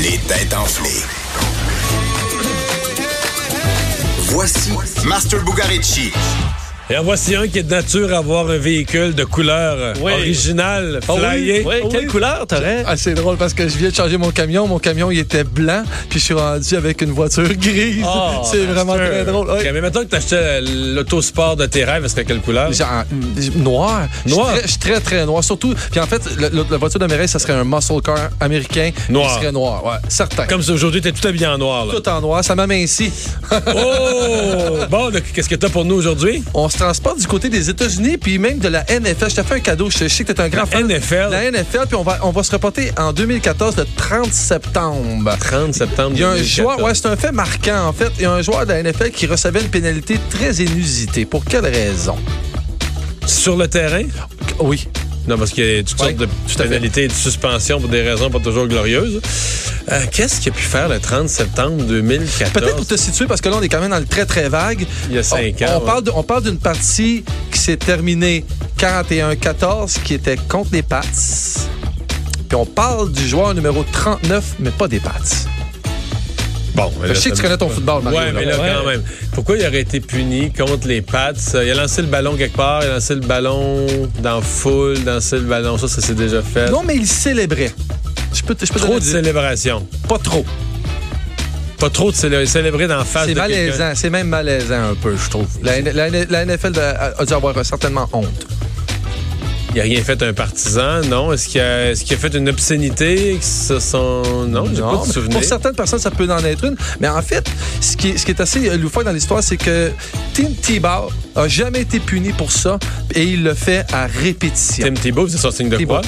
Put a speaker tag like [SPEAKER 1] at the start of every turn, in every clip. [SPEAKER 1] Les têtes enflées. Voici Master Bugarici.
[SPEAKER 2] Et en voici un qui est de nature à avoir un véhicule de couleur
[SPEAKER 3] Oui.
[SPEAKER 2] originale,
[SPEAKER 3] Oh
[SPEAKER 2] flyé.
[SPEAKER 3] oui, quelle couleur t'aurais?
[SPEAKER 4] Ah, c'est drôle parce que je viens de changer mon camion. Mon camion, il était blanc, puis je suis rendu avec une voiture grise.
[SPEAKER 3] Oh,
[SPEAKER 4] c'est vraiment
[SPEAKER 2] Ah, Master.
[SPEAKER 4] très drôle.
[SPEAKER 2] Ok,
[SPEAKER 4] Ouais.
[SPEAKER 2] mais mettons que t'achetais l'autosport de tes rêves, ce serait quelle couleur?
[SPEAKER 4] Genre, mm, noir.
[SPEAKER 2] Noir.
[SPEAKER 4] Je suis très, je suis très, très noir. Surtout, puis en fait, le- le- la voiture de Mireille, ça serait un muscle car américain.
[SPEAKER 2] Noir.
[SPEAKER 4] Qui serait noir, ouais, certain.
[SPEAKER 2] Comme ça, aujourd'hui, t'es tout habillé en noir. Là.
[SPEAKER 4] tout en noir, ça m'amincit.
[SPEAKER 2] oh! Bon, donc, qu'est-ce que t'as pour nous aujourd'hui?
[SPEAKER 4] On se transporte du côté des États-Unis, puis même de la NFL. Je t'ai fait un cadeau. Je sais que t'es un grand fan.
[SPEAKER 2] NFL.
[SPEAKER 4] La NFL, puis on va, on va se reporter en 2014, le 30 septembre.
[SPEAKER 2] 30 septembre.
[SPEAKER 4] Il y a un
[SPEAKER 2] 2014.
[SPEAKER 4] joueur, ouais, c'est un fait marquant en fait. Il y a un joueur de la NFL qui recevait une pénalité très inusitée. Pour quelle raison?
[SPEAKER 2] Sur le terrain?
[SPEAKER 4] Oui.
[SPEAKER 2] Non, parce qu'il y a toutes
[SPEAKER 4] Ouais,
[SPEAKER 2] sortes de petites
[SPEAKER 4] à fait.
[SPEAKER 2] pénalités et de suspensions pour des raisons pas toujours glorieuses. Euh, Qu'est-ce qu'il a pu faire le 30 septembre 2014?
[SPEAKER 4] Peut-être pour te situer, parce que là, on est quand même dans le très, très vague.
[SPEAKER 2] Il y a cinq
[SPEAKER 4] on,
[SPEAKER 2] ans,
[SPEAKER 4] On
[SPEAKER 2] ouais.
[SPEAKER 4] parle de- on parle d'une partie qui s'est terminée 41-14, qui était contre les Pats. Puis on parle du joueur numéro 39, mais pas des Pats.
[SPEAKER 2] Bon, mais
[SPEAKER 4] Je sais que tu connais ton football, Mario.
[SPEAKER 2] Ouais, mais là,
[SPEAKER 3] Ouais.
[SPEAKER 2] quand même. Pourquoi il aurait été puni contre les Pats? Euh, Il a lancé le ballon quelque part, il a lancé le ballon dans la foule, lancé le ballon, ça, ça s'est déjà fait.
[SPEAKER 4] Non, mais il célébrait. Je peux, te- je peux te
[SPEAKER 2] Euh, trop de
[SPEAKER 4] donner des-
[SPEAKER 2] célébrations.
[SPEAKER 4] Pas trop.
[SPEAKER 2] Pas trop de célé- célébrer dans la face
[SPEAKER 4] C'est
[SPEAKER 2] de quelqu'un.
[SPEAKER 4] malaisant. C'est même malaisant un peu, je trouve. La, la- la NFL a a dû avoir euh, certainement honte.
[SPEAKER 2] Il a rien fait à un partisan, non? Est-ce qu'il a, est-ce qu'il a fait une obscénité? Que ce sont... Non, j'ai
[SPEAKER 4] Non,
[SPEAKER 2] pas de
[SPEAKER 4] mais
[SPEAKER 2] souvenir.
[SPEAKER 4] Pour certaines personnes, ça peut en être une. Mais en fait, ce qui, est- ce qui est assez euh, loufoque dans l'histoire, c'est que Tim Tebow a jamais été puni pour ça et il le fait à répétition.
[SPEAKER 2] Tim Tebow, c'est son signe de
[SPEAKER 4] Tebow.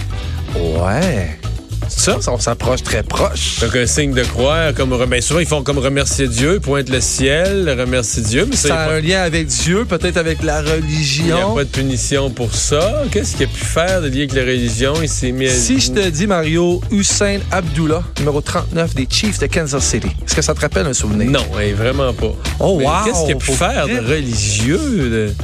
[SPEAKER 2] croix.
[SPEAKER 4] Ouais. Ça, on s'approche très proche.
[SPEAKER 2] Donc, un signe de croix, comme re- ben, souvent, ils font comme remercier Dieu, pointe le ciel, remercier Dieu, mais ça, il y a
[SPEAKER 4] Ça a
[SPEAKER 2] pas-
[SPEAKER 4] un lien avec Dieu, peut-être avec la
[SPEAKER 2] il n'y a
[SPEAKER 4] religion.
[SPEAKER 2] pas de punition pour ça. Qu'est-ce qu'il a pu faire de lié avec la religion? Il s'est mis à-
[SPEAKER 4] Si je te dis, Mario, Hussein Abdullah, numéro 39 des Chiefs de Kansas City, est-ce que ça te rappelle un souvenir?
[SPEAKER 2] Non, hein, vraiment pas.
[SPEAKER 4] Oh,
[SPEAKER 2] Mais
[SPEAKER 4] wow,
[SPEAKER 2] Qu'est-ce qu'il a pu
[SPEAKER 4] pour
[SPEAKER 2] faire de
[SPEAKER 4] vrai?
[SPEAKER 2] religieux? de-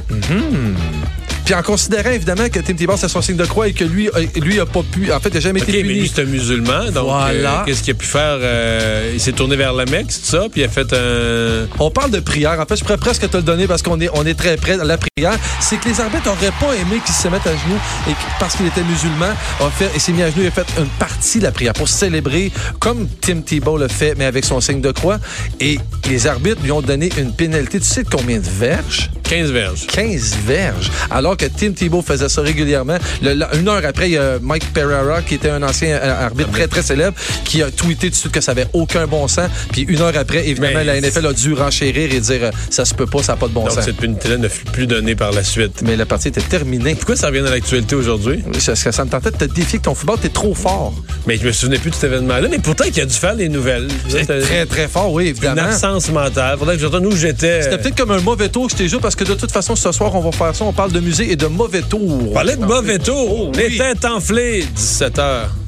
[SPEAKER 4] Puis en considérant évidemment que Tim Tebow, c'est son signe de croix et que lui, euh, lui a pas pu, en fait, il a jamais
[SPEAKER 2] OK,
[SPEAKER 4] été
[SPEAKER 2] mais
[SPEAKER 4] puni.
[SPEAKER 2] lui, c'est un musulman. Donc,
[SPEAKER 4] Voilà.
[SPEAKER 2] euh, qu'est-ce qu'il a pu faire? euh, il s'est tourné vers la Mecque, c'est ça? Puis il a fait un...
[SPEAKER 4] On parle de prière. En fait, je pourrais presque te le donner parce qu'on est, on est très près de la prière. C'est que les arbitres n'auraient pas aimé qu'il se mette à genoux et qu'il- parce qu'il était musulman, a fait, il s'est mis à genoux et a fait une partie de la prière pour célébrer comme Tim Tebow le fait, mais avec son signe de croix. Et les arbitres lui ont donné une pénalité. Tu sais de combien de verges?
[SPEAKER 2] 15 verges.
[SPEAKER 4] 15 verges. Alors que Tim Tebow faisait ça régulièrement. Le- la- une heure après, il y a Mike Pereira, qui était un ancien euh, arbitre très, très célèbre, qui a tweeté tout de suite que ça avait aucun bon sens. Puis une heure après, évidemment,
[SPEAKER 2] Mais-
[SPEAKER 4] la NFL a dû renchérir et dire euh, ça se peut pas, ça n'a pas de bon
[SPEAKER 2] Donc,
[SPEAKER 4] sens.
[SPEAKER 2] cette pénalité ne fut plus donnée par la suite.
[SPEAKER 4] Mais la partie était terminée.
[SPEAKER 2] Pourquoi ça revient à l'actualité aujourd'hui?
[SPEAKER 4] Ça, ça- ça me tentait de te défier que ton football, t'es trop fort.
[SPEAKER 2] Mais je me souvenais plus de cet événement-là. Mais pourtant, il a dû faire des nouvelles.
[SPEAKER 4] T'es
[SPEAKER 2] C'était
[SPEAKER 4] très, très fort, oui,
[SPEAKER 2] Une
[SPEAKER 4] évidemment.
[SPEAKER 2] absence euh, mentale. Faudrait que j'entende où j'étais.
[SPEAKER 4] C'était peut-être comme un mauvais tour que je t'ai joué parce que de toute façon, ce soir, on va faire ça. On parle de musée et de mauvais tours.
[SPEAKER 2] On parlait de mauvais tour. Les têtes enflées, 17 h